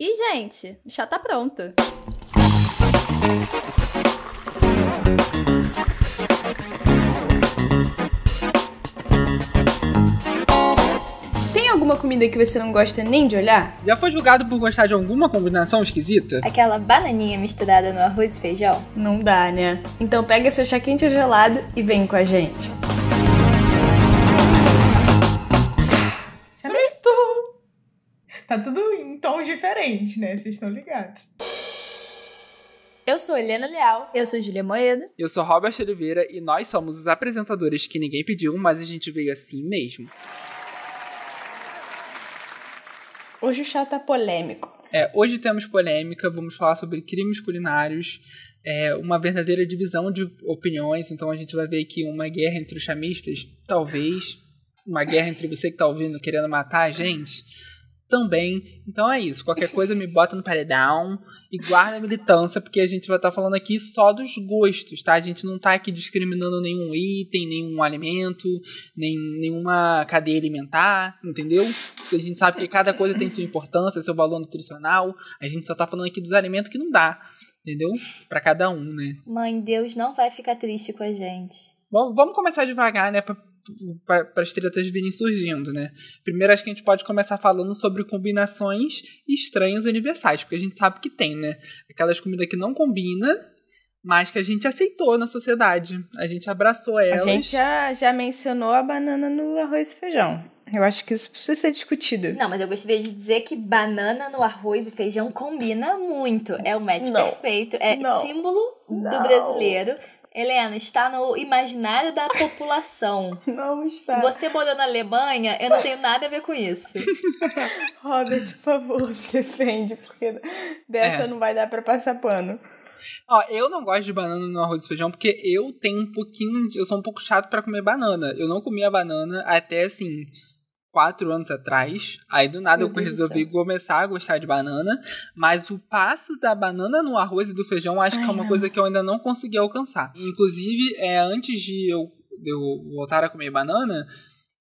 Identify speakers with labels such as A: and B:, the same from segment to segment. A: E, gente, o chá tá pronto.
B: Tem alguma comida que você não gosta nem de olhar?
C: Já foi julgado por gostar de alguma combinação esquisita?
A: Aquela bananinha misturada no arroz e feijão.
B: Não dá, né? Então pega seu chá quente ou gelado e vem com a gente.
D: Tá tudo em tons diferentes, né? Vocês estão ligados.
B: Eu sou Helena Leal.
A: Eu sou Julia Moeda.
C: Eu sou Robert Oliveira e nós somos os apresentadores que ninguém pediu, mas a gente veio assim mesmo.
B: Hoje o chá tá polêmico.
C: É, hoje temos polêmica, vamos falar sobre crimes culinários, é, uma verdadeira divisão de opiniões, então a gente vai ver aqui uma guerra entre os chamistas, talvez, uma guerra entre você que tá ouvindo querendo matar a gente, também. Então é isso, qualquer coisa me bota no paredão e guarda a militância, porque a gente vai estar falando aqui só dos gostos, tá? A gente não tá aqui discriminando nenhum item, nenhum alimento, nem, nenhuma cadeia alimentar, entendeu? Porque a gente sabe que cada coisa tem sua importância, seu valor nutricional. A gente só tá falando aqui dos alimentos que não dá, entendeu? Pra cada um, né?
A: Mãe, Deus não vai ficar triste com a gente.
C: Bom, vamos começar devagar, né? Pra, pra, pra as tretas virem surgindo, né? Primeiro, acho que a gente pode começar falando sobre combinações estranhas universais, porque a gente sabe que tem, né? Aquelas comidas que não combina, mas que a gente aceitou na sociedade. A gente abraçou
B: A
C: elas.
B: gente já, já mencionou a banana no arroz e feijão. Eu acho que isso precisa ser discutido.
A: Não, mas eu gostaria de dizer que banana no arroz e feijão combina muito. É o match
B: Não.
A: perfeito. É
B: Não.
A: símbolo do
B: Não.
A: brasileiro. Helena, está no imaginário da população.
B: Não
A: Se você morou na Alemanha, eu não tenho nada a ver com isso.
B: Robert, por favor, defende, porque dessa
C: É.
B: não vai dar pra passar pano.
C: Ó, eu não gosto de banana no arroz e feijão porque eu tenho um pouquinho. de- Eu sou um pouco chato pra comer banana. Eu não comia banana até assim. Quatro anos atrás, aí do nada
A: Meu
C: eu
A: Deus do
C: resolvi começar a gostar de banana, mas o passo da banana no arroz e do feijão acho que é
B: Ai,
C: uma
B: não.
C: coisa que eu ainda não consegui alcançar. Inclusive, é, antes de eu, de eu voltar a comer banana,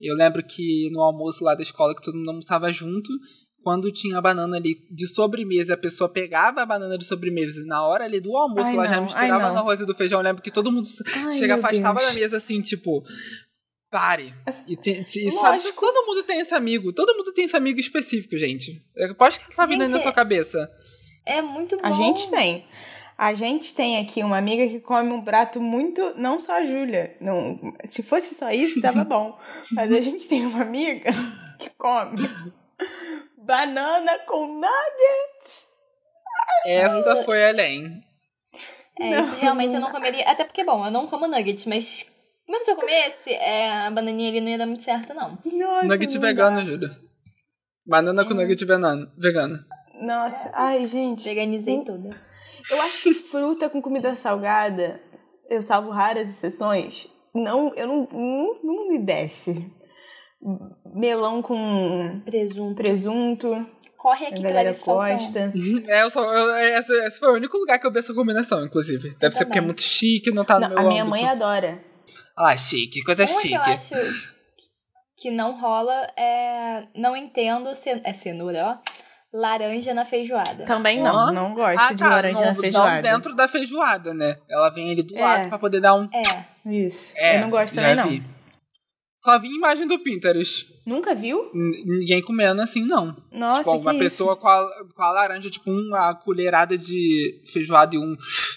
C: eu lembro que no almoço lá da escola que todo mundo almoçava junto, quando tinha a banana ali de sobremesa, a pessoa pegava a banana de sobremesa e na hora ali do almoço,
B: Ai,
C: ela já
B: não, ai,
C: misturava
B: não.
C: no arroz e do feijão. Eu lembro que todo mundo
B: Ai,
C: chega
B: meu
C: afastava
B: Deus.
C: da mesa assim, tipo, pare.
B: Assim,
C: E, te- te- e sabe,
B: lógico.
C: todo mundo tem esse amigo, todo mundo tem esse amigo específico, gente. Eu posso que tá vindo aí na
A: Gente,
C: sua cabeça.
A: É muito bom.
B: A gente tem. A gente tem aqui uma amiga que come um prato muito. Não só a Júlia. Não, se fosse só isso, tava bom. Mas a gente tem uma amiga que come banana com nuggets. é,
C: Essa
A: isso-
C: foi além.
A: É,
B: Não.
A: isso realmente eu não comeria. Até porque, bom, eu não como nuggets, mas mesmo se eu comesse, é, a bananinha ali não ia dar muito certo, não.
B: Nossa,
C: Nugget
B: não
C: vegano,
B: dá. É.
C: Júlia. Banana com nugget venano- vegano.
B: Nossa, ai, gente.
A: Veganizei toda.
B: Eu acho que fruta com comida salgada, eu salvo raras exceções, não, eu não, não, não me desce. Melão com
A: Presunto.
B: presunto,
A: Corre
B: a
A: aqui,
B: galera
A: É Clarice Falcão.
B: gosta.
C: É, eu só, eu- esse, esse foi o único lugar que eu vi essa combinação, inclusive. Deve ser
A: também.
C: porque é muito chique, não tá
B: Não,
C: no meu
B: a minha
C: âmbito.
B: mãe é- adora.
C: Ah, chique, coisa
A: Uma que
C: chique.
A: eu acho que não rola é. Não entendo. ce- É cenoura, ó. Laranja na feijoada.
B: Também
C: não,
B: não,
C: Ó.
B: não gosto de
C: tá,
B: laranja
C: não-
B: na
C: não
B: feijoada.
C: dentro da feijoada, né? Ela vem ali do
B: É.
C: lado pra poder dar um.
A: É.
B: Isso,
C: É,
B: eu não gosto
C: já
B: também não.
C: vi. Só vi imagem do Pinterest.
B: Nunca viu?
C: N- Ninguém comendo assim, não.
B: Nossa,
C: tipo,
B: que
C: uma
B: isso.
C: pessoa com a, com a laranja, tipo, uma colherada de feijoada e um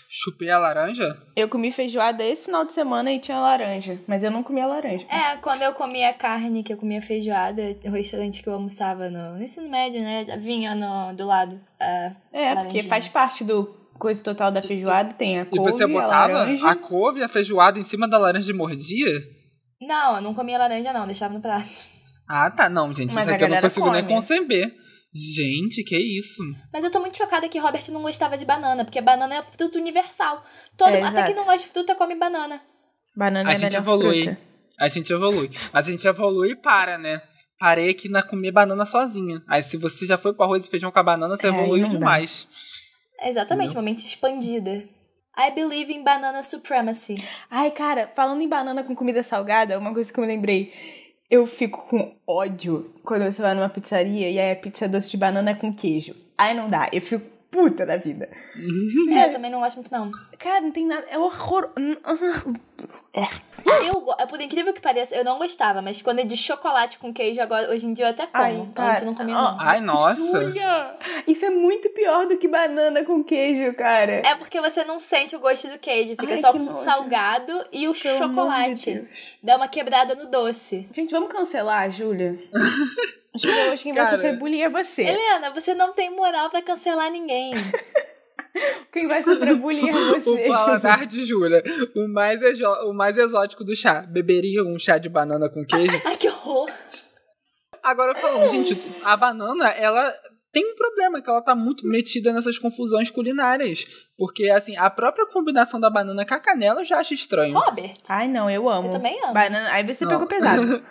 C: chupei a laranja.
B: Eu comi feijoada esse final de semana e tinha laranja, mas eu não comia laranja.
A: É, quando eu comia carne, que eu comia feijoada, o restaurante que eu almoçava no, no ensino médio, né? Vinha no, do lado. ah,
B: É, porque
A: Laranjinha.
B: faz parte do coisa total da feijoada, tem a
C: E
B: couve,
C: você
B: a
C: botava
B: laranja.
C: a couve e a feijoada em cima da laranja e mordia?
A: Não, eu não comia laranja, não, deixava no prato.
C: Ah, tá. Não, gente,
B: Mas
C: isso
B: a
C: aqui eu não
B: galera
C: consigo nem
B: come.
C: conceber. Gente, que isso?
A: Mas eu tô muito chocada que Robert não gostava de banana, porque banana é fruta universal. Todo,
B: É,
A: até
B: exato.
A: que não gosta de fruta come banana.
B: Banana
C: A
B: é
C: gente
B: melhor
C: evolui.
B: fruta.
C: A gente evolui. Mas a gente evolui e para, né? Parei aqui na comer banana sozinha. Aí se você já foi pro arroz e feijão com a banana, você
B: É,
C: evoluiu
B: aí não dá.
C: demais.
A: Exatamente, uma mente expandida. I believe in banana supremacy.
B: Ai, cara, falando em banana com comida salgada, uma coisa que eu me lembrei. Eu fico com ódio quando você vai numa pizzaria e aí a pizza doce de banana é com queijo. Aí não dá, eu fico puta da vida.
A: É, eu também não gosto muito, não.
B: Cara, não tem nada, é horror.
A: Eu, go- é, por incrível que pareça, eu não gostava, mas quando é de chocolate com queijo, agora, hoje em dia eu até como.
B: Ai,
A: Antes
B: para.
A: eu não comia,
B: Ó,
A: não.
C: Ai, nossa.
B: Júlia, isso é muito pior do que banana com queijo, cara.
A: É porque você não sente o gosto do queijo, fica
B: Ai,
A: só
B: que
A: com o
B: nojo.
A: salgado e o
B: Pelo amor de
A: chocolate.
B: Deus.
A: Dá uma quebrada no doce.
B: Gente, vamos cancelar a Júlia? Júlia, hoje quem vai
C: Cara.
B: sofrer bullying é você.
A: Helena, você não tem moral pra cancelar ninguém.
B: Quem vai sofrer bullying é você.
C: O tá- paladar de Júlia. O mais, exó- o mais exótico do chá. Beberia um chá de banana com queijo?
A: Ai, que horror.
C: Agora falando, gente, a banana, ela tem um problema, que ela tá muito metida nessas confusões culinárias. Porque, assim, a própria combinação da banana com a canela eu já acho estranho.
A: Robert.
B: Ai, não, eu amo.
A: Eu também amo.
B: Banana... Aí você
C: Não.
B: pegou pesado.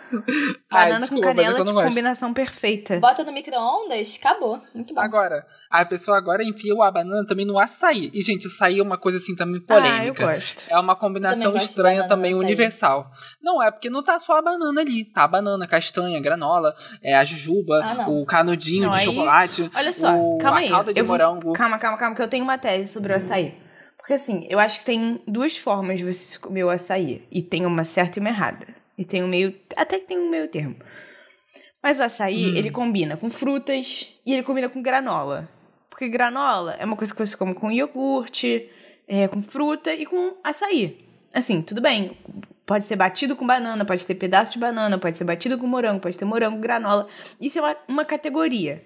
C: Ai,
B: Banana
C: desculpa,
B: com
C: mas é que
B: canela,
C: eu não
B: tipo,
C: gosto.
B: combinação perfeita.
A: Bota no micro-ondas, acabou. Muito bom.
C: Agora, a pessoa agora enfia a banana também no açaí. E, gente, açaí é uma coisa, assim, também
B: Ah, eu
C: polêmica.
B: gosto.
C: É uma
A: Eu também
C: combinação
A: gosto de
C: estranha
A: banana
C: também,
A: no açaí.
C: universal. Não, é porque não tá só a banana ali. Tá a banana, castanha, granola, é, a jujuba,
A: Ah, não.
C: o canudinho
B: Não,
C: de
B: aí-
C: chocolate.
B: Olha só,
C: o-
B: calma
C: a
B: aí.
C: calda de
B: eu vou-
C: morango.
B: Calma, calma, calma, que eu tenho uma tese sobre o açaí. Porque assim, eu acho que tem duas formas de você comer o açaí. E tem uma certa e uma errada. E tem um meio. Até que tem um meio termo. Mas o açaí, ele combina com frutas e ele combina com granola. Porque granola é uma coisa que você come com iogurte, é, com fruta e com açaí. Assim, tudo bem. Pode ser batido com banana, pode ter pedaço de banana, pode ser batido com morango, pode ter morango, granola. Isso é uma, uma categoria.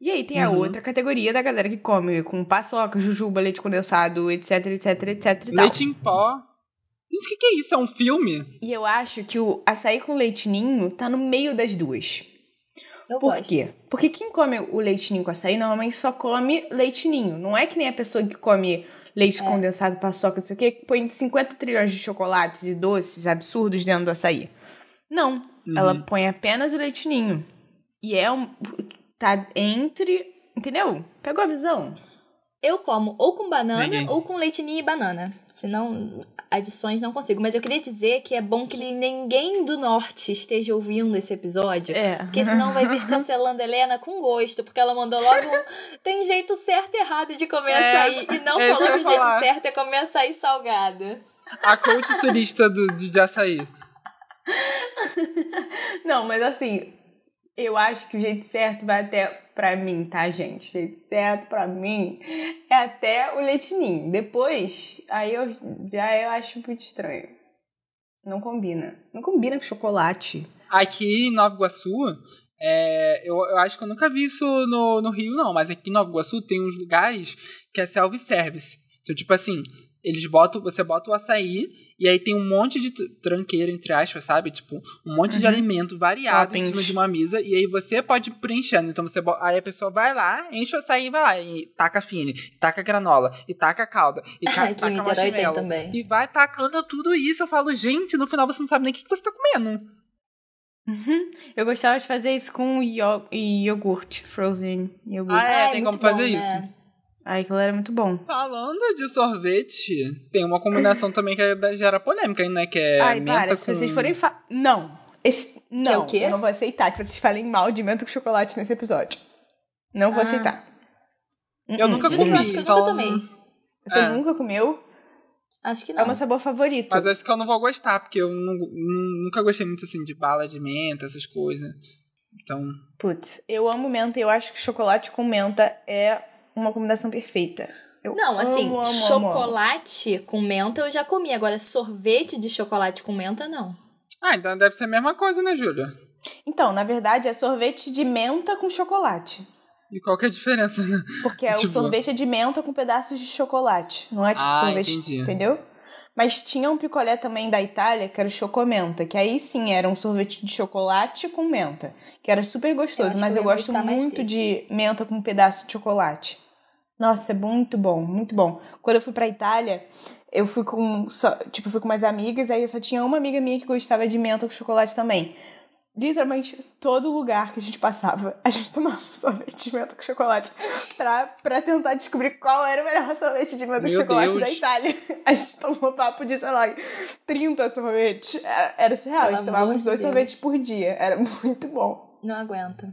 B: E aí tem a outra categoria da galera que come com paçoca, jujuba, leite condensado, etc, etc, etc e tal.
C: Leite em pó. Gente, o que, que é isso? É um filme?
B: E eu acho que o açaí com leite ninho tá no meio das duas.
A: Eu
B: Por
A: gosto.
B: quê? Porque quem come o leite ninho com açaí normalmente só come leite ninho. Não é que nem a pessoa que
A: É.
B: come leite condensado, paçoca, não sei o quê, que põe 50 trilhões de chocolates e doces absurdos dentro do açaí. Não.
A: Uhum.
B: Ela põe apenas o leite ninho. E é um. Tá entre. Entendeu? Pegou a visão?
A: Eu como ou com banana
C: Entendi.
A: ou com leitinho e banana. Senão, adições não consigo. Mas eu queria dizer que é bom que ninguém do norte esteja ouvindo esse episódio.
B: É.
A: Porque senão vai vir cancelando a Helena com gosto, porque ela mandou logo. um, Tem jeito certo e errado de comer
C: É,
A: açaí. E não
C: é isso que
A: falou
C: eu
A: que o
C: ia falar.
A: jeito certo é comer açaí salgado.
C: A coach surista do, de, de açaí.
B: Não, mas assim, eu acho que o jeito certo vai até pra mim, tá, gente? O jeito certo pra mim é até o leitinho. Depois, aí eu já eu acho muito estranho. Não combina. Não combina com chocolate.
C: Aqui em Nova Iguaçu, é, eu, eu acho que eu nunca vi isso no, no Rio, não. Mas aqui em Nova Iguaçu tem uns lugares que é self-service. Então, tipo assim, eles botam, você bota o açaí e aí tem um monte de tr- tranqueira, entre aspas, sabe? Tipo, um monte
A: Uhum.
C: de alimento variado em
B: Toppings.
C: cima de uma mesa. E aí você pode ir preenchendo. Então você bo- aí a pessoa vai lá, enche o açaí e vai lá. E taca fine, taca granola, e taca calda, e ca-
A: Aqui em
C: taca
A: Niterói tem
C: marshmallow.
A: também.
C: E vai tacando tudo isso. Eu falo, gente, no final você não sabe nem o que, que você tá comendo.
B: Uhum. Eu gostava de fazer isso com io- iogurte, frozen iogurte.
C: Ah, é, tem
A: muito
C: como fazer
A: bom,
C: isso.
A: Né?
B: Ai, aquilo era muito bom.
C: Falando de sorvete, tem uma combinação também que é da- gera polêmica, né? Que é
B: Ai,
C: menta
B: para,
C: com...
B: se vocês forem fa... Não! Esse... Não,
A: é quê?
B: eu não vou aceitar que vocês falem mal de menta com chocolate nesse episódio. Não
A: Ah.
B: vou aceitar. Uhum.
C: Eu nunca
A: Juro que
C: comi,
A: eu acho que eu
C: então...
A: nunca tomei.
B: Você
C: É.
B: nunca comeu?
A: Acho que
B: É
A: não.
B: o meu sabor favorito.
C: Mas é- acho que eu não vou gostar, porque eu nu- nu- nunca gostei muito, assim, de bala de menta, essas coisas. Então,
B: Putz, eu amo menta e eu acho que chocolate com menta é uma combinação perfeita. Eu
A: Não, assim,
B: amo, amo, amo, amo.
A: chocolate com menta eu já comi. Agora, sorvete de chocolate com menta, não.
C: ah, então deve ser a mesma coisa, né, Júlia?
B: Então, na verdade, é sorvete de menta com chocolate.
C: E qual que é a diferença? né?
B: Porque é
C: Tipo-
B: o sorvete é de menta com pedaços de chocolate. Não é tipo
C: Ah,
B: sorvete,
C: entendi.
B: entendeu? Mas tinha um picolé também da Itália, que era o chocomenta, que aí sim era um sorvete de chocolate com menta, que era super
A: Eu
B: gostoso,
A: acho
B: mas
A: que eu
B: eu
A: ia
B: gosto
A: gostar mais
B: muito
A: desse.
B: de menta com um pedaço de chocolate. Nossa, é muito bom, muito bom. Quando eu fui pra Itália, eu fui com só, tipo, eu fui com umas amigas, aí eu só tinha uma amiga minha que gostava de menta com chocolate também. Literalmente todo lugar que a gente passava, a gente tomava um sorvete de menta com chocolate pra, pra tentar descobrir qual era o melhor sorvete de menta com
C: Meu
B: chocolate
C: Deus.
B: da Itália. A gente tomou papo de, sei lá, 30 sorvetes. Era, era surreal, a
A: Pelo
B: gente tomava
A: amor
B: uns
A: de
B: dois
A: Deus.
B: sorvetes por dia. Era muito bom.
A: Não aguento.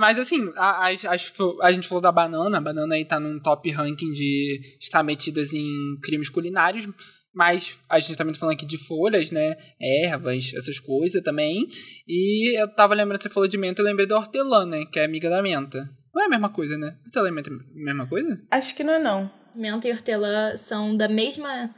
C: Mas assim, a, as- as fo- a gente falou da banana, a banana aí tá num top ranking de estar metidas em crimes culinários, mas a gente também tá falando aqui de folhas, né? Ervas, essas coisas também. E eu tava lembrando, você falou de menta, eu lembrei da hortelã, né? Que é amiga da menta. Não é a mesma coisa, né? Hortelã e menta é a mesma coisa?
B: Acho que não é não.
A: Menta e hortelã são da mesma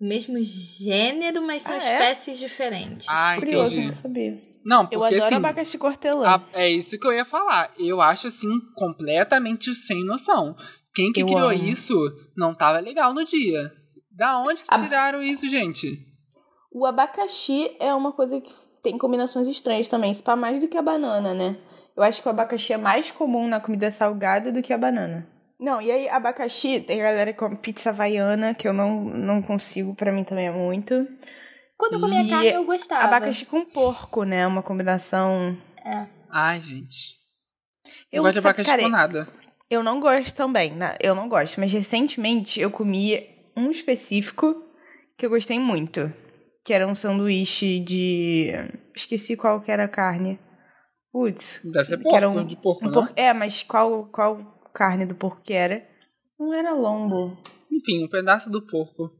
A: mesmo gênero, mas são
B: Ah, é?
A: espécies diferentes.
C: Ah,
B: Curioso,
C: entendi.
B: não sabia.
C: Não,
B: Eu
C: porque
B: adoro
C: assim...
B: abacaxi com hortelã.
C: Ah, é isso que eu ia falar. Eu acho assim completamente sem noção. Quem que
B: Eu
C: criou
B: amo.
C: isso não tava legal no dia. Da onde que
B: A-
C: tiraram isso, gente?
B: O abacaxi é uma coisa que tem combinações estranhas também. Isso pra mais do que a banana, né? Eu acho que o abacaxi é mais comum na comida salgada do que a banana. Não, e aí abacaxi, tem galera que come pizza havaiana, que eu não, não consigo, pra mim também é muito.
A: Quando eu comia
B: E
A: carne, eu gostava.
B: Abacaxi com porco, né? Uma combinação.
C: Ai, gente. Eu
B: Eu
C: não gosto de
B: sa-
C: abacaxi
B: cara,
C: com nada.
B: Eu não gosto também, né? eu não gosto, mas recentemente eu comi um específico que eu gostei muito, que era um sanduíche de esqueci qual que era a carne. Putz,
C: Deve ser
B: que
C: porco,
B: era um-
C: de porco,
B: um
C: né?
B: por- é, mas qual qual carne do porco que era? Não era lombo.
C: Enfim, um pedaço do porco.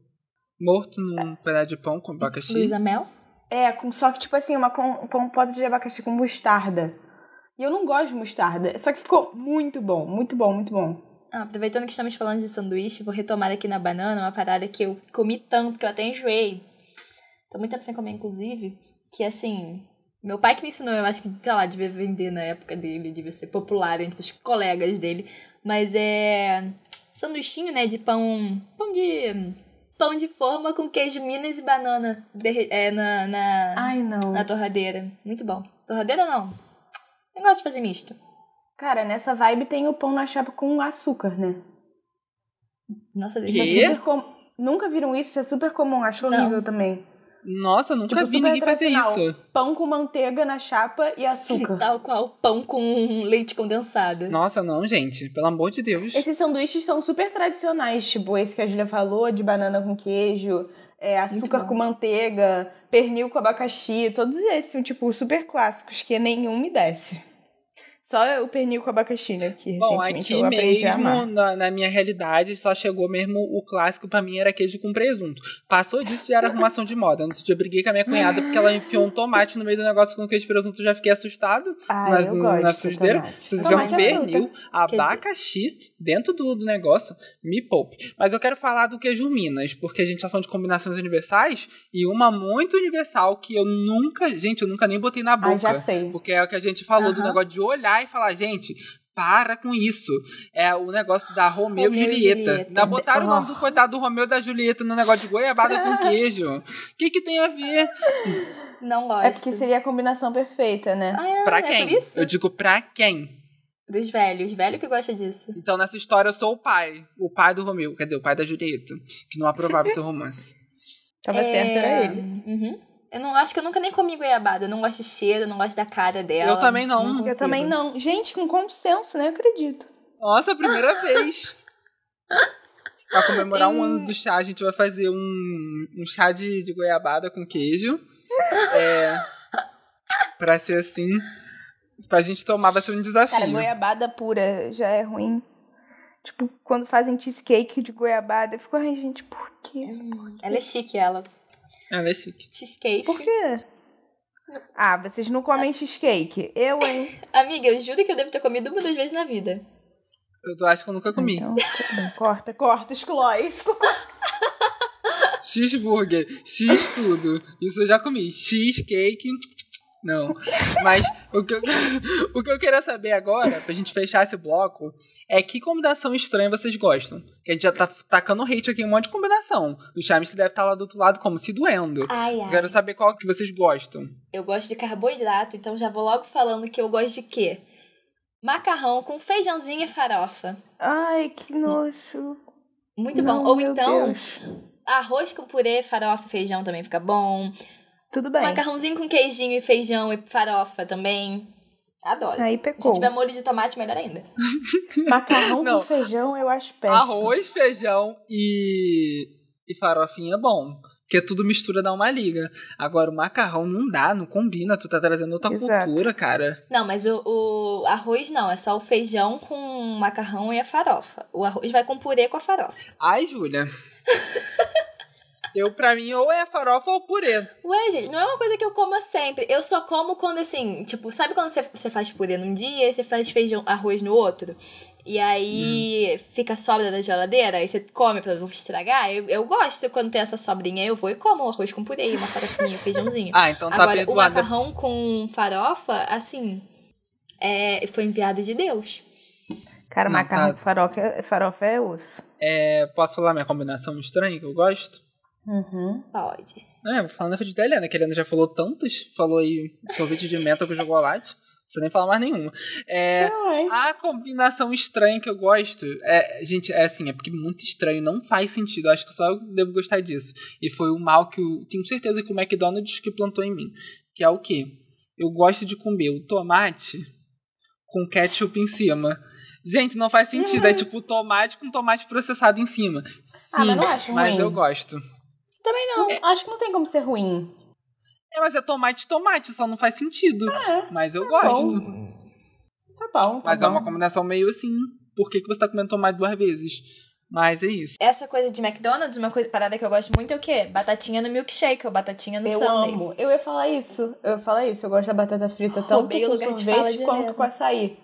C: Morto num pedaço de pão com abacaxi.
A: Luísa Mel?
B: É, com só que tipo assim, uma com, compota de abacaxi com mostarda. E eu não gosto de mostarda, só que ficou muito bom, muito bom, muito bom.
A: Ah, aproveitando que estamos falando de sanduíche, vou retomar aqui na banana uma parada que eu comi tanto que eu até enjoei. Tô muito tempo sem comer, inclusive. Que assim, meu pai que me ensinou, eu acho que, sei lá, devia vender na época dele, devia ser popular entre os colegas dele. Mas é. Sanduichinho, né? De pão. Pão de. Pão de forma com queijo Minas e banana derre- é, na, na,
B: Ai, não.
A: na torradeira. Muito bom. Torradeira não. Eu gosto de fazer misto.
B: Cara, nessa vibe tem o pão na chapa com açúcar, né?
A: Nossa,
C: Quê?
A: deixa
B: Isso é
A: eu
B: super com- Nunca viram isso? Isso é super comum, acho
A: Não.
B: horrível também.
C: Nossa, nunca
B: Tipo,
C: vi
B: super
C: ninguém fazer
B: tradicional.
C: isso. Tá.
B: Pão com manteiga na chapa e açúcar.
A: Tal qual pão com leite condensado.
C: Nossa, não, gente. Pelo amor de Deus.
B: Esses sanduíches são super tradicionais, tipo esse que a Julia falou, de banana com queijo, é, açúcar
A: bom.
B: com manteiga, pernil com abacaxi, todos esses são, tipo, super clássicos, que nenhum me desce. Só o pernil com abacaxi, né? Que
C: Bom,
B: recentemente
C: aqui
B: eu aprendi a
C: mesmo,
B: amar.
C: na, na minha realidade, só chegou mesmo o clássico pra mim era queijo com presunto. Passou disso já era arrumação de moda. No outro dia eu briguei com a minha cunhada porque ela enfiou um tomate no meio do negócio com queijo e presunto, eu já fiquei assustado.
B: Ah,
C: Mas
B: eu
C: na-
B: gosto
C: na
B: de
C: frigideira,
B: tomate.
C: vocês
B: Tomate
C: viram
B: é
C: pernil,
A: dizer-
C: abacaxi dentro do, do negócio, me poupe. Mas eu quero falar do queijo Minas, porque a gente tá falando de combinações universais e uma muito universal que eu nunca, gente, eu nunca nem botei na boca.
B: Ah, já sei.
C: Porque é o que a gente falou do
A: Aham.
C: negócio de olhar e falar, gente, para com isso. É o negócio da Romeu,
A: Romeu
C: e
A: e
C: Julieta.
A: Julieta.
C: Ainda botaram o nome do
A: Oh.
C: coitado do Romeu e da Julieta no negócio de goiabada com queijo. O que, que tem a ver?
A: Não gosto.
B: É porque seria a combinação perfeita, né?
A: Ah, é,
C: Pra
A: é
C: quem?
A: por isso?
C: Eu digo pra quem?
A: Dos velhos. Velho que gosta disso.
C: Então, nessa história, eu sou o pai. O pai do Romeu. Quer dizer, o pai da Julieta. Que não aprovava seu romance.
B: Tava
A: É,
B: certo, era ele.
A: uhum. Eu não acho que eu nunca nem comi goiabada. Eu não gosto de cheiro, não gosto da cara dela.
C: Eu também não. Eu
B: Eu
A: consigo.
B: também não. Gente, com consenso, né? Eu acredito.
C: Nossa, a primeira vez. Pra comemorar um ano do chá, a gente vai fazer um, um chá de, de goiabada com queijo. É, pra ser assim. Pra gente tomar, vai ser um desafio.
B: Cara, goiabada pura já é ruim. Tipo, quando fazem cheesecake de goiabada, eu fico, ai, gente, por quê?
A: Ela é chique, ela.
C: Ela é chique.
A: Cheesecake.
B: Por quê? Ah, vocês não comem cheesecake. Eu, hein?
A: Amiga, eu juro que eu devo ter comido uma duas vezes na vida.
C: Eu tô- acho que eu nunca comi.
B: Então, tudo bem. corta, corta, exclui, exclui.
C: Cheeseburger, X tudo. Isso eu já comi. Cheesecake. Não. Mas o que, eu, o que eu queria saber agora, pra gente fechar esse bloco, é que combinação estranha vocês gostam. Que a gente já tá tacando hate aqui, um monte de combinação. O Chames deve estar lá do outro lado como? Se doendo.
A: Ai,
C: Eu
A: ai.
C: quero saber qual que vocês gostam.
A: Eu gosto de carboidrato, então já vou logo falando que eu gosto de quê? Macarrão com feijãozinho e farofa.
B: Ai, que nojo.
A: Muito
B: Não,
A: bom. Ou
B: meu
A: então,
B: Deus.
A: arroz com purê, farofa e feijão também fica bom.
B: Tudo bem.
A: Macarrãozinho com queijinho e feijão e farofa também. Adoro.
B: Aí
A: Se
B: pecou.
A: tiver molho de tomate, melhor ainda.
B: Macarrão
C: Não.
B: com feijão eu acho péssimo.
C: Arroz, feijão e, e farofinha é bom. Porque tudo mistura dá uma liga. Agora, o macarrão não dá, não combina. Tu tá trazendo outra
B: Exato.
C: cultura, cara.
A: Não, mas o, o arroz não, é só o feijão com o macarrão e a farofa. O arroz vai com purê com a farofa.
C: Ai, Júlia. eu, pra mim, ou é farofa ou purê.
A: Ué, gente, não é uma coisa que eu como sempre. Eu só como quando assim, tipo, sabe quando você, você faz purê num dia e você faz feijão, arroz no outro? E aí fica a sobra da geladeira, aí você come pra não estragar. Eu, eu gosto quando tem essa sobrinha, eu vou e como arroz com purê, uma farofinha, um feijãozinho.
C: Ah, então tá
A: Agora, o
C: perdoada.
A: macarrão com farofa, assim, é, foi enviado de Deus.
B: Cara,
C: Não,
B: macarrão
C: tá.
B: com farofa, é- farofa é osso.
C: É, posso falar minha combinação estranha que eu gosto?
B: Uhum.
A: Pode.
C: É, vou falar na frente da Helena, que a Helena já falou tantas. Falou aí sorvete de menta com chocolate. Não precisa nem falar mais nenhuma. É,
B: Não, é.
C: a combinação estranha que eu gosto é, gente, é assim, é porque muito estranho, não faz sentido. Eu acho que só eu devo gostar disso. E foi o mal que eu tenho certeza que o McDonald's que plantou em mim, que é o quê? Eu gosto de comer o tomate com ketchup em cima. Gente, não faz sentido. É
B: Uhum.
C: tipo tomate com tomate processado em cima. Sim,
B: Ah, mas não acho
C: mas
B: ruim.
C: eu gosto.
A: Também não.
B: Não, acho que não tem como ser ruim.
C: É, mas é tomate tomate, só não faz sentido. mas eu gosto.
B: Tá bom. É. Tá
C: mas
B: bom.
C: é uma combinação meio assim. Por que, que você tá comendo tomate duas vezes? Mas é isso.
A: Essa coisa de McDonald's, uma coisa, parada que eu gosto muito é o quê? Batatinha no milkshake ou batatinha no
B: Eu
A: sundae.
B: amo. Eu ia falar isso. Eu ia falar isso. Eu gosto da batata frita
A: Roubei Ah, o lugar
B: tanto com
A: de fala
B: sorvete
A: de
B: quanto
A: Helena.
B: com açaí.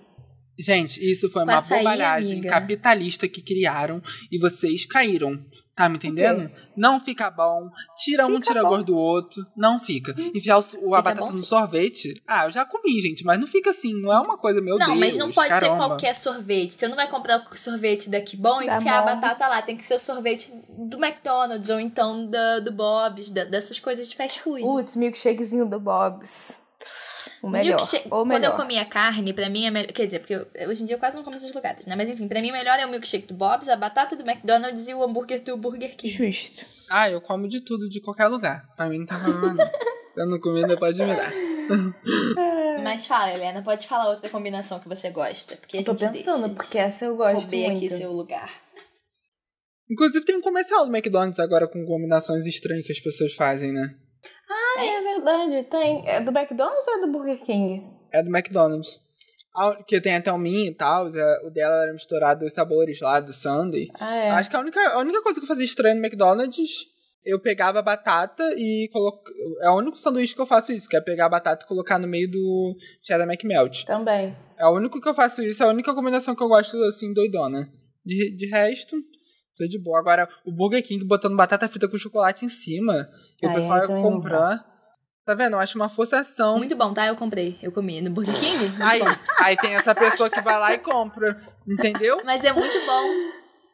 C: Gente, isso foi
A: Com
C: uma
A: açaí,
C: bobalhagem
A: amiga.
C: capitalista que criaram e vocês caíram. Tá me entendendo? Não fica bom. Tira um,
B: Fica
C: tira
B: bom.
C: gosto do outro. Não fica. Enfiar o, o-
A: Uhum.
C: a
A: Fica
C: batata
A: bom,
C: no
A: sim.
C: sorvete. Ah, eu já comi, gente, mas não fica assim. Não é uma coisa, meu
A: não,
C: Deus.
A: mas não pode
C: caramba.
A: ser qualquer sorvete. Você não vai comprar o sorvete daqui bom e
B: Da
A: enfiar
B: Mol.
A: a batata lá. Tem que ser o sorvete do McDonald's ou então da, do Bob's, da- dessas coisas de fast food.
B: Putz, milkshakezinho do Bob's. O melhor.
A: Milkshake-
B: Ou
A: Quando eu
B: melhor.
A: comia carne, pra mim é melhor. Quer dizer, porque eu- hoje em dia eu quase não como esses lugares, né? Mas enfim, pra mim melhor é o milkshake do Bob's, a batata do McDonald's e o hambúrguer do Burger King.
B: Justo.
C: Ah, eu como de tudo, de qualquer lugar. Pra mim não tá falando nada. Se eu não comer, não pode me dar.
A: Mas fala, Helena, pode falar outra combinação que você gosta. Porque
B: Eu
A: a
B: tô
A: gente
B: pensando,
A: deixa
B: porque essa eu gosto
A: roubei
B: muito.
A: aqui seu lugar.
C: Inclusive tem um comercial do McDonald's agora com combinações estranhas que as pessoas fazem, né?
B: Ah, é verdade, tem. É do McDonald's ou é do Burger King?
C: É do McDonald's. A- Que tem até o mim e tal. é- O dela era misturado os sabores lá do Sunday.
B: Ah, é.
C: Acho que a única, a única coisa que eu fazia estranha no McDonald's, eu pegava a batata e colocava. É o único sanduíche que eu faço isso, que é pegar a batata e colocar no meio do cheddar McMelt.
B: Também.
C: É o único que eu faço isso, é a única combinação que eu gosto, assim, doidona. De, de resto, tô de boa. Agora, o Burger King botando batata frita com chocolate em cima, e o
B: Ah, é,
C: pessoal ia
B: também não
C: comprar. Tá vendo? Eu acho uma forçação.
A: Muito bom, tá? Eu comprei. Eu comi no Burger King. muito
C: Aí,
A: bom.
C: aí tem essa pessoa que vai lá e compra, entendeu?
A: Mas é muito bom.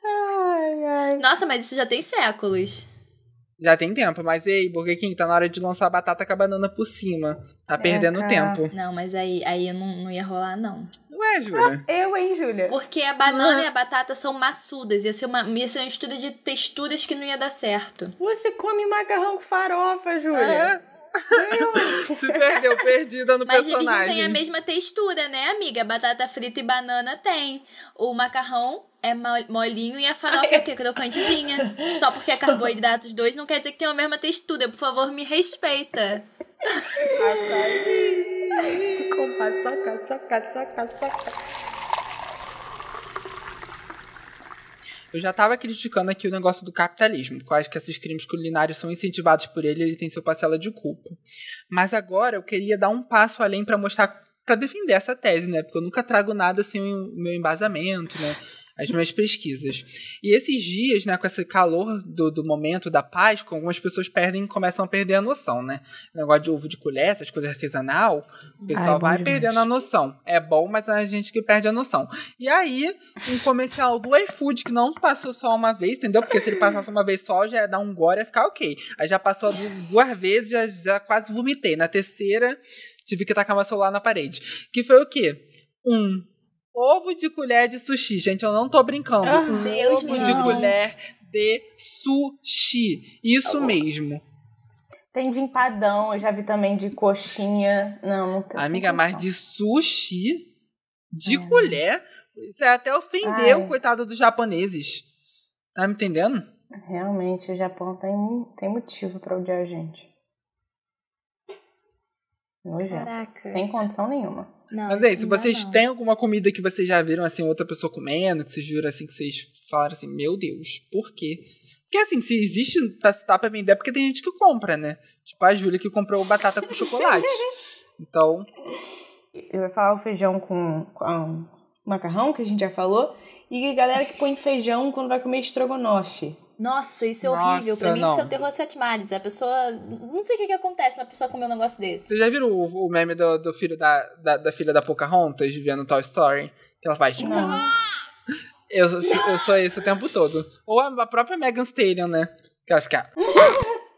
B: Ai, ai.
A: Nossa, mas isso já tem séculos.
C: Já tem tempo, mas ei, Burger King, tá na hora de lançar a batata com a banana por cima. Tá perdendo
B: cara.
C: tempo.
A: Não, mas aí, aí eu não, não ia rolar, não.
C: Não é, Júlia?
B: Eu, hein, Júlia?
A: Porque a banana e a batata são maçudas. Ia ser, uma, ia ser uma mistura de texturas que não ia dar certo.
B: Você come macarrão com farofa,
A: Ah,
B: Júlia.
C: É. Se perdeu, perdida no
A: Mas eles não
C: personagem.
A: têm a mesma textura, né, amiga? Batata frita e banana tem. O macarrão é mo- molinho e a farofa é o quê? crocantezinha. Só porque é carboidrato os dois não quer dizer que tem a mesma textura. Por favor, me respeita.
B: Compadre, sacado, sacado, sacado, sacado.
C: Eu já tava criticando aqui o negócio do capitalismo, que eu acho que esses crimes culinários são incentivados por ele, ele tem seu parcela de culpa. Mas agora eu queria dar um passo além pra mostrar, pra defender essa tese, né? Porque eu nunca trago nada sem o meu embasamento, né? As minhas pesquisas. E esses dias, né, com esse calor do, do momento da Páscoa, algumas pessoas perdem, começam a perder a noção, né? O negócio de ovo de colher, essas coisas artesanal, o pessoal
B: é bom
C: vai
B: demais.
C: perdendo a noção. É bom, mas a gente que perde a noção. E aí, um comercial do iFood que não passou só uma vez, entendeu? Porque se ele passasse uma vez só, já ia dar um gore, ia ficar ok. Aí já passou duas, duas vezes, já, já quase vomitei. Na terceira, tive que tacar meu celular na parede. Que foi o quê? Um ovo de colher de sushi. Gente, eu não tô brincando.
B: Ah,
C: um
A: Deus
C: ovo
A: me
C: de
A: não.
C: colher de sushi. Isso mesmo.
B: Tem de empadão, eu já vi também de coxinha. Não, não tem.
C: Amiga,
B: Tá sem
C: mas
B: condição.
C: de sushi, de colher, isso é até ofendeu,
B: Ai.
C: coitado dos japoneses. Tá me entendendo?
B: Realmente, o Japão tem, tem motivo pra odiar a gente. Nojento.
A: Caraca.
B: Sem condição nenhuma.
A: Não,
C: Mas
A: isso
C: é isso,
A: não dá,
C: vocês
A: não.
C: têm alguma comida que vocês já viram, assim, outra pessoa comendo, que vocês viram, assim, que vocês falaram assim, meu Deus, por quê? Porque, assim, se existe tacitá pra vender, é porque tem gente que compra, né? Tipo a Júlia que comprou batata com chocolate. Então,
B: Eu ia falar o feijão com, com macarrão, que a gente já falou. E a galera que põe feijão quando vai comer estrogonofe.
A: Nossa, isso é
C: Nossa,
A: horrível. Pra mim,
C: não.
A: isso é o terror de sete mares. A pessoa. Não sei o que, que acontece, mas a pessoa comeu um negócio desse.
C: vocês já viram o, o meme do, do filho da, da, da filha da Pocahontas vendo Toy Story? Que ela faz.
B: Não.
C: Eu, sou- eu sou esse o tempo todo. Ou a, a própria Megan Stallion, né? Que ela fica.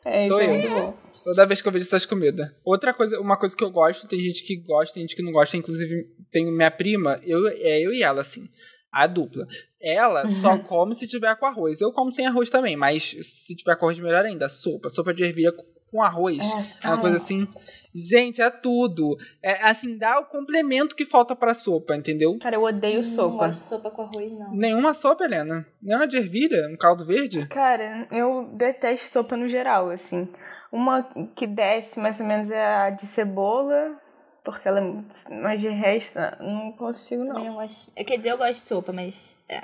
B: É, isso
C: Sou
B: é
C: eu.
B: muito bom.
C: Toda vez que eu vejo essas comidas. Outra coisa, uma coisa que eu gosto, tem gente que gosta, tem gente que não gosta, inclusive tem minha prima, eu, é eu e ela, assim, a dupla. Ela só come se tiver com arroz. Eu como sem arroz também, mas se tiver com arroz, melhor ainda. Sopa, sopa de ervilha com- com arroz. É uma
B: Ah,
C: coisa assim, gente, é tudo. É assim, dá o complemento que falta pra sopa, entendeu?
B: Cara, eu odeio
A: Não
B: sopa.
A: gosto de sopa com arroz, não.
C: Nenhuma sopa, Helena. Nenhuma de ervilha, um caldo verde.
B: Cara, eu detesto sopa no geral, assim. Uma que desce mais ou menos é a de cebola, porque ela é. muito- Mas de resto, não consigo,
A: Também
B: não.
A: não gosto. Eu, quer dizer, eu gosto de sopa, mas. É.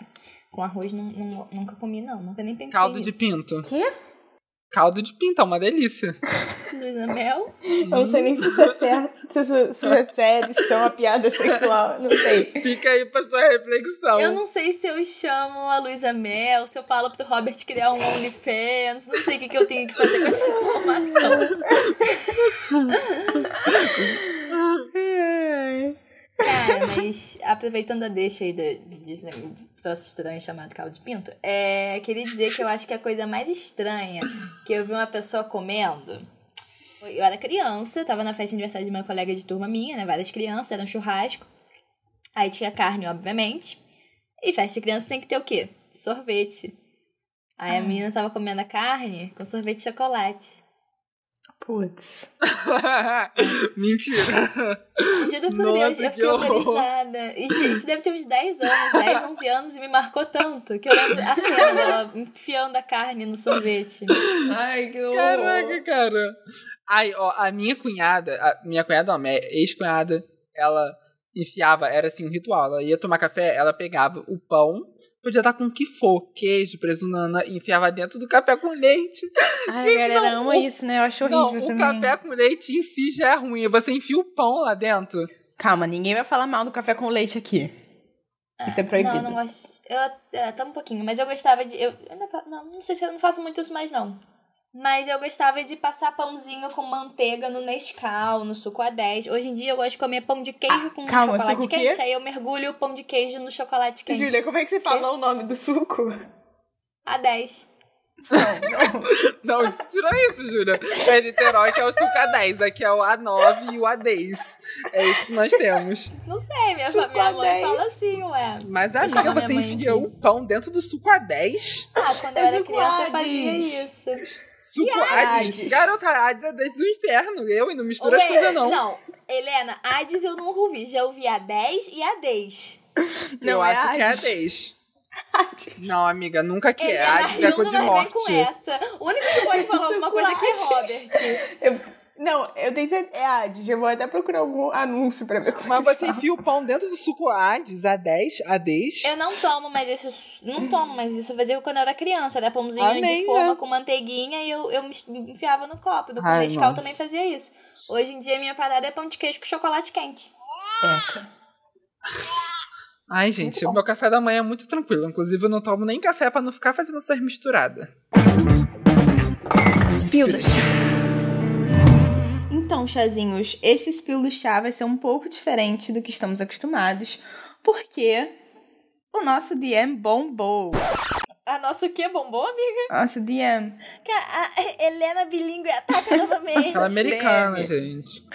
A: Com arroz não, não- nunca comi, não. Nunca nem pensei.
C: Caldo de
A: nisso.
C: pinto.
B: Quê?
C: Caldo de pinto, é uma delícia.
A: Luísa Mel.
B: Eu não sei nem se isso é certo, se isso, se isso é sério, se isso é uma piada sexual, não sei.
C: Fica aí pra sua reflexão.
A: Eu não sei se eu chamo a Luísa Mel, se eu falo pro Robert criar um OnlyFans. Não sei o que, que eu tenho que fazer com essa informação. Cara, mas aproveitando a deixa aí do- desse negócio troço estranho chamado caldo de pinto, é, queria dizer que eu acho que a coisa mais estranha que eu vi uma pessoa comendo. Eu era criança, tava na festa de aniversário de uma colega de turma minha, né? Várias crianças, era um churrasco. Aí tinha carne, obviamente. E festa de criança tem que ter o quê? Sorvete.
C: Ah.
A: Aí a menina tava comendo a carne com sorvete de chocolate.
B: Putz.
C: Mentira.
A: Juro por
C: Nossa,
A: Deus, eu
C: que
A: fiquei
C: horror.
A: horrorizada. E, gente, Isso deve ter uns 10 anos, 10, 11 anos, e me marcou tanto que eu lembro a cena dela enfiando a carne no sorvete.
B: Ai, que horror.
C: Caraca, cara. Ai, ó, a minha cunhada, a minha cunhada não, minha ex-cunhada, ela enfiava, era assim um ritual. Ela ia tomar café, ela pegava o pão, podia estar com o que for, queijo, presunto, nana, e enfiava dentro do café com leite.
B: Ai,
C: Gente,
B: a galera
C: não,
B: ama
C: o-
B: isso, né? Eu acho horrível
C: Não, o
B: também.
C: café com leite em si já é ruim. Você enfia o pão lá dentro.
B: Calma, ninguém vai falar mal do café com leite aqui. Isso é proibido.
A: Não, eu não gosto. Eu é, tá um pouquinho, mas eu gostava de. Eu, eu não, não, não sei se eu não faço muito isso mais, não. Mas eu gostava de passar pãozinho com manteiga no Nescau, no suco A10. Hoje em dia eu gosto de comer pão de queijo com
B: calma,
A: chocolate
B: suco o quê?
A: quente. Aí eu mergulho o pão de queijo no chocolate quente.
B: Júlia, como é que você fala o nome do suco?
A: A10.
B: Não, não.
C: Não, tira isso, Júlia. É Niterói que é o suca 10, aqui é o A9 e o A10. É isso que nós temos.
A: Não sei, minha,
B: Suco
A: minha mãe
B: A10.
A: fala assim, ué.
C: Mas,
A: Deixa eu
C: amiga,
A: chamar
C: você
A: minha mãe
C: enfia
A: aqui.
C: o pão dentro do suco A10?
A: Ah, quando eu
B: Mas
A: era
B: o
A: criança eu
B: Quadis?
A: fazia isso.
C: Suco
B: Hades?
C: Hades? Garota Hades é desde o inferno. Eu, e não mistura as
A: Ué,
C: coisas, não.
A: Não, Helena, Hades eu não ouvi. Já ouvi A10 e A10.
C: Eu
B: Não, é
C: acho que é
B: Hades.
C: Hades.
B: Hades.
C: Não, amiga, nunca que é.
A: Helena,
C: Hades é coisa de
A: não vai vir
C: morte.
A: com essa. O único que pode falar alguma coisa aqui é
B: Chocolate.
A: Robert.
B: Eu- não, eu tenho certeza. É Hades. Eu vou até procurar algum anúncio pra ver como
C: Mas
B: é que
C: você
B: fala.
C: enfia o pão dentro do suco Hades, A10, A10.
A: Eu não tomo mais isso. Não tomo mais isso. Eu fazia quando eu era criança. Era pãozinho
C: Amém,
A: de forma
C: né?
A: com manteiguinha e eu, eu me enfiava no copo. Do
C: Ai,
A: Nescau
C: mano.
A: também fazia isso. Hoje em dia minha parada é pão de queijo com chocolate quente.
C: Ai, gente, o meu café da manhã é muito tranquilo. Inclusive, eu não tomo nem café pra não ficar fazendo essas misturadas.
B: Spill the chá. Então, chazinhos, esse spill do chá vai ser um pouco diferente do que estamos acostumados, porque o nosso DM bombou.
A: A nossa o quê? Bombou, amiga?
B: Nosso DM
A: A Helena bilingue ataca novamente.
C: Aquela é americana,
B: Leve.
C: gente.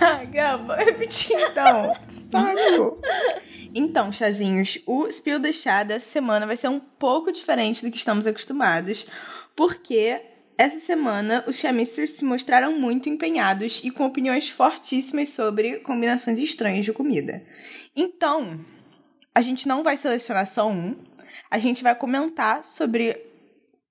B: Tá, Gaba, repetir então. Saco. Então, chazinhos, o Spill do Chá dessa semana vai ser um pouco diferente do que estamos acostumados, porque essa semana os chamisters se mostraram muito empenhados e com opiniões fortíssimas sobre combinações estranhas de comida. Então, a gente não vai selecionar só um, a gente vai comentar sobre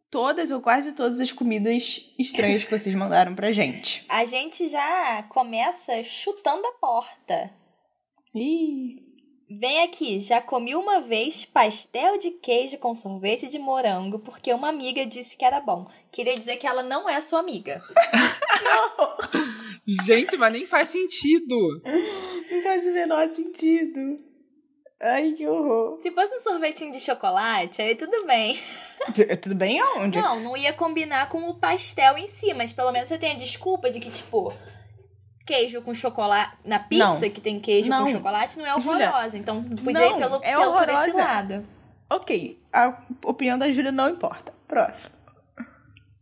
B: todas ou quase todas as comidas estranhas que vocês mandaram pra gente.
A: A gente já começa chutando a porta.
B: Ih,
A: Vem aqui, já comi uma vez pastel de queijo com sorvete de morango porque uma amiga disse que era bom. Queria dizer que ela não é sua amiga.
C: Gente, mas nem faz sentido.
B: não faz o menor sentido. Ai, que horror.
A: Se fosse um sorvetinho de chocolate, aí tudo bem.
B: Tudo bem aonde?
A: Não, não ia combinar com o pastel em si, mas pelo menos você tem a desculpa de que, tipo, queijo com chocolate na pizza,
B: Não.
A: que tem queijo
B: Não.
A: com chocolate, não é
B: Júlia,
A: horrorosa. Então podia
B: não,
A: ir pelo,
B: é
A: pelo por esse
B: horrorosa.
A: lado.
B: Ok, a opinião da Júlia não importa. Próximo.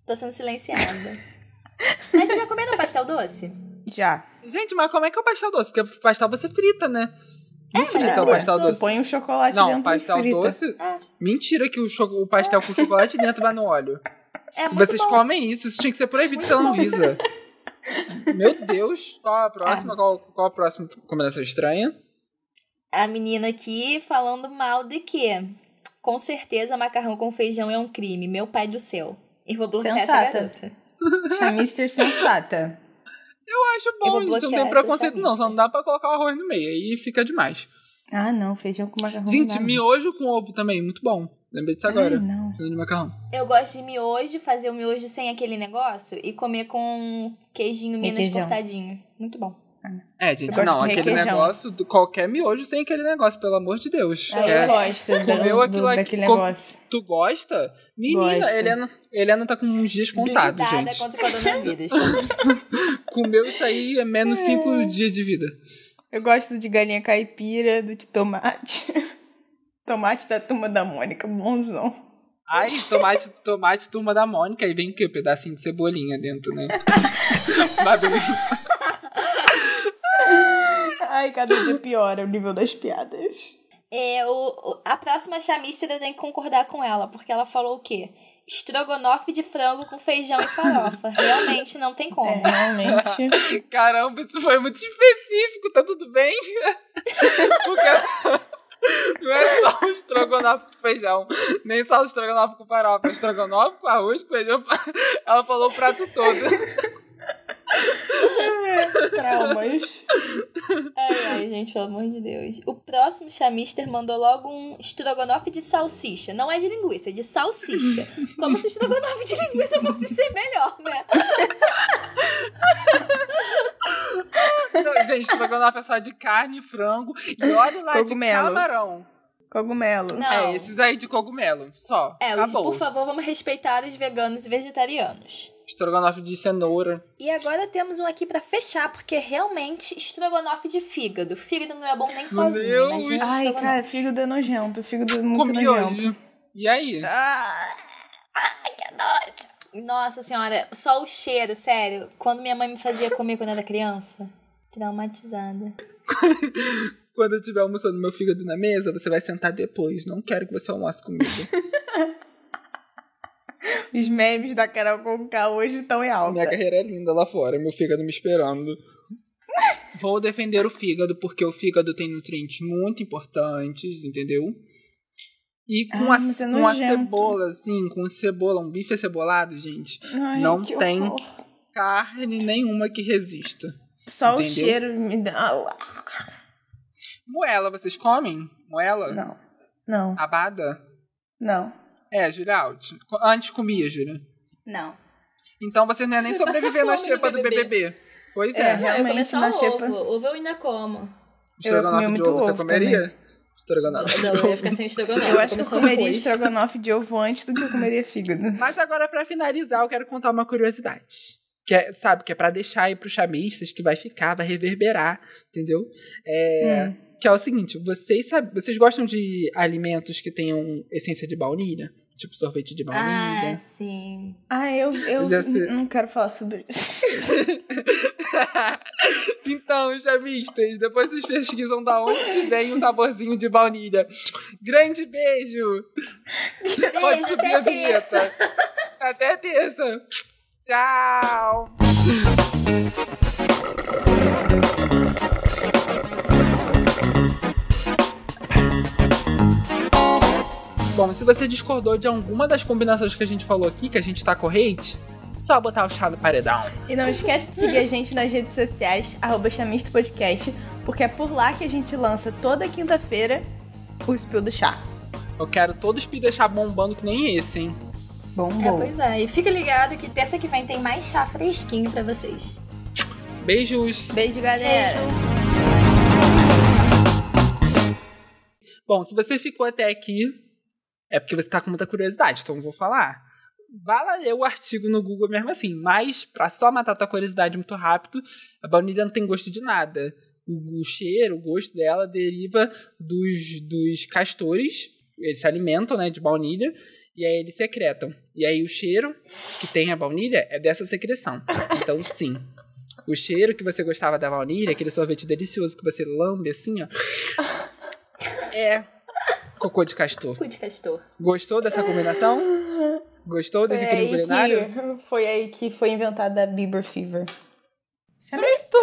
A: Tô sendo silenciada. mas vocês já comeram pastel doce?
B: Já.
C: Gente, mas como é que é o pastel doce? Porque pastel você frita, né? Não frita
B: É,
C: o
B: Ué,
C: pastel
B: tu
C: doce.
B: Põe um chocolate dentro
C: Não,
B: e
C: pastel
B: frita.
C: doce.
A: Ah.
C: Mentira que o, cho- o pastel com chocolate dentro vai no óleo.
A: É muito
C: Vocês
A: bom.
C: comem isso, isso tinha que ser proibido pela Anvisa. Meu Deus, qual a próxima? Qual, qual a próxima combinação estranha?
A: A menina aqui falando mal de que, com certeza, macarrão com feijão é um crime. Meu pai do céu. Eu vou bloquear essa
B: Sensata.
A: garota.
B: Chamister sensata.
C: Eu acho
A: Eu
C: bom,
A: vou
C: gente. Não
A: bloquear
C: tem
A: essa
C: preconceito, não.
A: lista.
C: Só não dá pra colocar o arroz no meio. Aí fica demais.
B: Ah, não, feijão com macarrão.
C: Gente,
B: não dá,
C: miojo com ovo também, muito bom. Lembrei disso
B: não.
C: agora.
B: Ai, não.
C: Fazendo de macarrão.
A: Eu gosto de miojo, fazer o miojo sem aquele negócio e comer com um queijinho minas
B: Requeijão.
A: cortadinho. Muito bom.
C: É,
B: Eu
C: gente,
B: gosto
C: não,
B: de
C: aquele
B: requeijão.
C: negócio, do- qualquer miojo sem aquele negócio, pelo amor de Deus.
B: Ah,
C: Quer-
B: eu gosto do,
C: é. Comeu
B: do-
C: aquilo aqui,
B: daquele
C: com-
B: negócio.
C: Tu gosta? Menina,
B: Gosto.
C: Helena, Helena tá com uns dias contados,
B: é
A: Duvidada
C: gente.
A: contra o coronavírus. também.
C: Comeu isso aí é menos cinco dias de vida.
B: Eu gosto de galinha caipira, do de tomate. tomate da turma da Mônica, bonzão.
C: Ai, tomate, tomate turma da Mônica, e vem o quê? Um pedacinho de cebolinha dentro, né? Mas beleza.
B: Ai, cada dia piora o nível das piadas.
A: é, o, o- a próxima chamice eu tenho que concordar com ela, porque ela falou o quê? Estrogonofe de frango com feijão e farofa. Realmente não tem como.
B: É, realmente.
C: Caramba, isso foi muito específico, tá tudo bem? Porque não é só o estrogonofe com feijão, nem só o estrogonofe com farofa, é estrogonofe com arroz, com feijão. Ela falou o prato todo.
B: Traumas.
A: Ai, ai, gente, pelo amor de Deus. O próximo chamister mandou logo um estrogonofe de salsicha. Não é de linguiça, é de salsicha. Como se o estrogonofe de linguiça fosse ser melhor, né?
C: Não, Gente, estrogonofe é só de carne, frango e olha lá
B: Cogumelo.
C: de camarão.
B: Cogumelo.
A: Não.
C: É, esses aí de cogumelo, só.
A: É, os,
C: Acabou.
A: por favor, vamos respeitar os veganos e vegetarianos.
C: Estrogonofe de cenoura.
A: E agora temos um aqui pra fechar, porque realmente estrogonofe de fígado. Fígado não é bom nem sozinho.
C: Deus.
A: imagina
B: Ai,
A: estrogonofe.
B: cara, fígado é nojento. Fígado é muito
C: Comi
B: nojento.
C: hoje. E aí?
B: Ah,
A: Nossa senhora, só o cheiro, sério. Quando minha mãe me fazia comer quando eu era criança, traumatizada.
C: Quando eu estiver almoçando meu fígado na mesa, você vai sentar depois. Não quero que você almoce comigo.
B: os memes da Carol Conká hoje estão em alta.
C: Minha carreira é linda lá fora, meu fígado me esperando. Vou defender o fígado, porque o fígado tem nutrientes muito importantes, entendeu? E com,
B: Ai,
C: a,
B: mas é
C: com a
B: nojento.
C: cebola, assim, com cebola, um bife acebolado, gente,
B: Ai,
C: não
B: que
C: tem
B: horror.
C: carne nenhuma que resista.
B: Só o
C: entendeu?
B: cheiro me dá. Ah,
C: Moela, vocês comem? Moela?
B: Não, não,
C: Abada?
B: não.
C: É, Juraldi. Antes comia, Jura.
A: Não.
C: Então você não é nem sobreviver na
A: fome no
C: chepa do BBB. Pois
B: É,
C: é.
A: Não, eu comi
B: Realmente, tipo,
A: só
B: na
A: ovo.
B: xepa.
A: Ovo eu ainda como.
C: Estrogonofe
B: comi
C: de
B: muito
C: ovo, você
B: ovo
C: comeria? Estrogonofe.
A: Não, eu ia ficar sem estrogonofe.
B: Eu acho que eu
A: começou
B: comeria
A: arroz.
B: estrogonofe de ovo antes do que eu comeria fígado.
C: Mas agora, pra finalizar, eu quero contar uma curiosidade. Que é, sabe, que é pra deixar aí pros chamistas, que vai ficar, vai reverberar, entendeu? É, Que é o seguinte, vocês, sab- vocês gostam de alimentos que tenham essência de baunilha? Tipo sorvete de
A: Ah,
C: baunilha.
A: sim.
B: Ah, eu, eu
C: Eu já sei.
B: não quero falar sobre isso.
C: então, chavistas, depois vocês pesquisam da onde que vem o saborzinho de baunilha. Grande beijo! Pode
A: Beijo,
C: subir a
A: até terça.
C: vinheta. Até terça. Tchau! Bom, se você discordou de alguma das combinações que a gente falou aqui, que a gente tá corrente, só botar o chá do paredão.
B: E não esquece de seguir a gente nas redes sociais, arroba Chamisto Podcast, porque é por lá que a gente lança toda quinta-feira o Spill do Chá.
C: Eu quero todos me deixar bombando que nem esse, hein?
A: É, pois é. E fica ligado que terça que vem tem mais chá fresquinho pra vocês.
C: Beijos!
B: Beijo,
A: É.
B: galera!
C: Bom, se você ficou até aqui, é porque você tá com muita curiosidade, então eu vou falar. Vá lá ler o artigo no Google mesmo assim, mas pra só matar tua curiosidade muito rápido, a baunilha não tem gosto de nada. O, o cheiro, o gosto dela deriva dos, dos castores, eles se alimentam né, de baunilha, e aí eles secretam. E aí o cheiro que tem a baunilha é dessa secreção. Então sim, o cheiro que você gostava da baunilha, aquele sorvete delicioso que você lambe assim, ó, é cocô de castor.
A: Cu de castor.
C: Gostou dessa combinação? Gostou desse
B: Foi
C: equilíbrio
B: aí,
C: culinário?
B: que, foi aí que foi inventada a Bieber Fever.
D: Chamisto!